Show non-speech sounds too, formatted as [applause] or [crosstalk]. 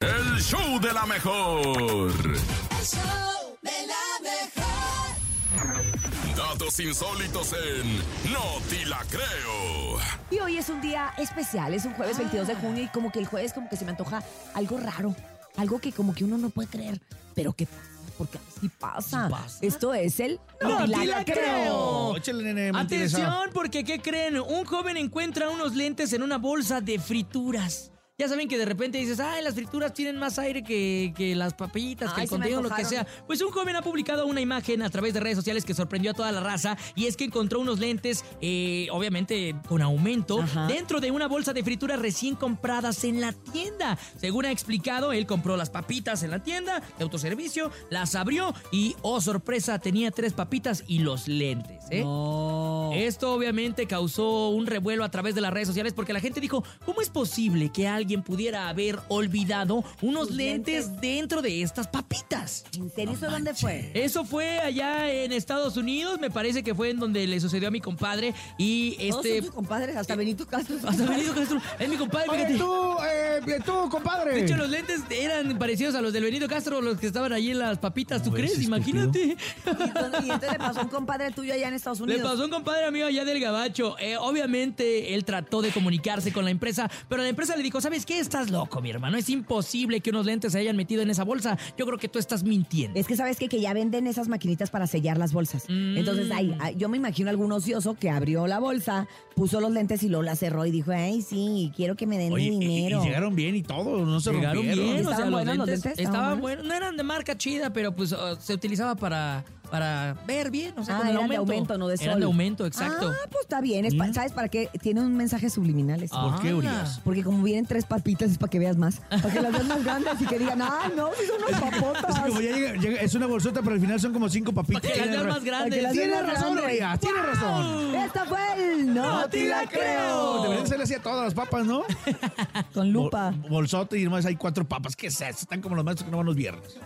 El show de la mejor. show de la mejor. Datos insólitos en No Te La Creo. Y hoy es un día especial, es un Ah. jueves 22 de junio y como que el jueves como que se me antoja algo raro, algo que como que uno no puede creer, pero que pasa, porque sí pasa. Esto es el No Te te la creo. Échale, nene, Martínez, ah. Atención, porque ¿qué creen? Un joven encuentra unos lentes en una bolsa de frituras. Ya saben que de repente dices, ay, las frituras tienen más aire que, que las papillitas, que Ay, el se me contenido, lo que sea. antojaron. Pues un joven ha publicado una imagen a través de redes sociales que sorprendió a toda la raza y es que encontró unos lentes, eh, obviamente con aumento, Ajá. dentro de una bolsa de frituras recién compradas en la tienda. Según ha explicado, él compró las papitas en la tienda de autoservicio, las abrió y, oh sorpresa, tenía tres papitas y los lentes. ¿eh? Esto obviamente causó un revuelo a través de las redes sociales porque la gente dijo, ¿cómo es posible que alguien pudiera haber olvidado unos Sus lentes, lentes. dentro de estas papitas? ¿En serio eso dónde fue? Eso fue allá en Estados Unidos, me parece que fue en donde le sucedió a mi compadre y Todos son este... tus compadres, hasta Benito Castro. es tu [laughs] Hasta compadre. Benito Castro, es mi compadre, Oye, fíjate. tú, eh, tú, compadre. De hecho, los lentes eran parecidos a los del Benito Castro, los que estaban allí en las papitas, ¿tú ¿No ves, crees? estúpido? Imagínate. Y entonces, y entonces le pasó a un compadre tuyo allá en Estados Le Unidos. pasó a un compadre mío allá del Gabacho. Eh, obviamente, él trató de comunicarse con la empresa, pero la empresa le dijo: ¿Sabes qué? Estás loco, mi hermano. Es imposible que unos lentes se hayan metido en esa bolsa. Yo creo que tú estás mintiendo. Es que sabes que, que ya venden esas maquinitas para sellar las bolsas. Mm. Entonces, ay, ay, yo me imagino algún ocioso que abrió la bolsa, puso los lentes y luego la cerró y dijo, ay, sí, quiero que me den Oye, y- mi y, dinero. llegaron bien y todo, no se Llegaron rompieron. bien, o ¿Estaban sea, los buenos lentes, los lentes? ¿Estaban estaban buenos? buenos. No eran de marca chida, pero pues uh, se utilizaba para, para ver bien, o sea, Ah, con el eran de aumento. aumento, no de Eran sol. de aumento, exacto. Ah, pues está bien. Es pa- Mm. ¿Sabes para qué? Tiene un mensaje subliminal. esto. Ah. ¿Por qué, Urias? Porque como vienen tres papitas es para que veas más. Para que las veas más grandes y que digan, ah, no, si son unas [laughs] Es, papotas. que como ya llega- llega- es una bolsota, pero al final son como cinco papitas. Para que las Tiene veas ra- más grandes. las Tiene veas más razón, grandes. Urias, tiene razón. Esta fue el No, No te la creo. Deberían ser así a todas las papas, ¿no? Con lupa. Bol- Bolsota y nomás hay cuatro papas. ¿Qué es eso? Están como los maestros que no van los viernes.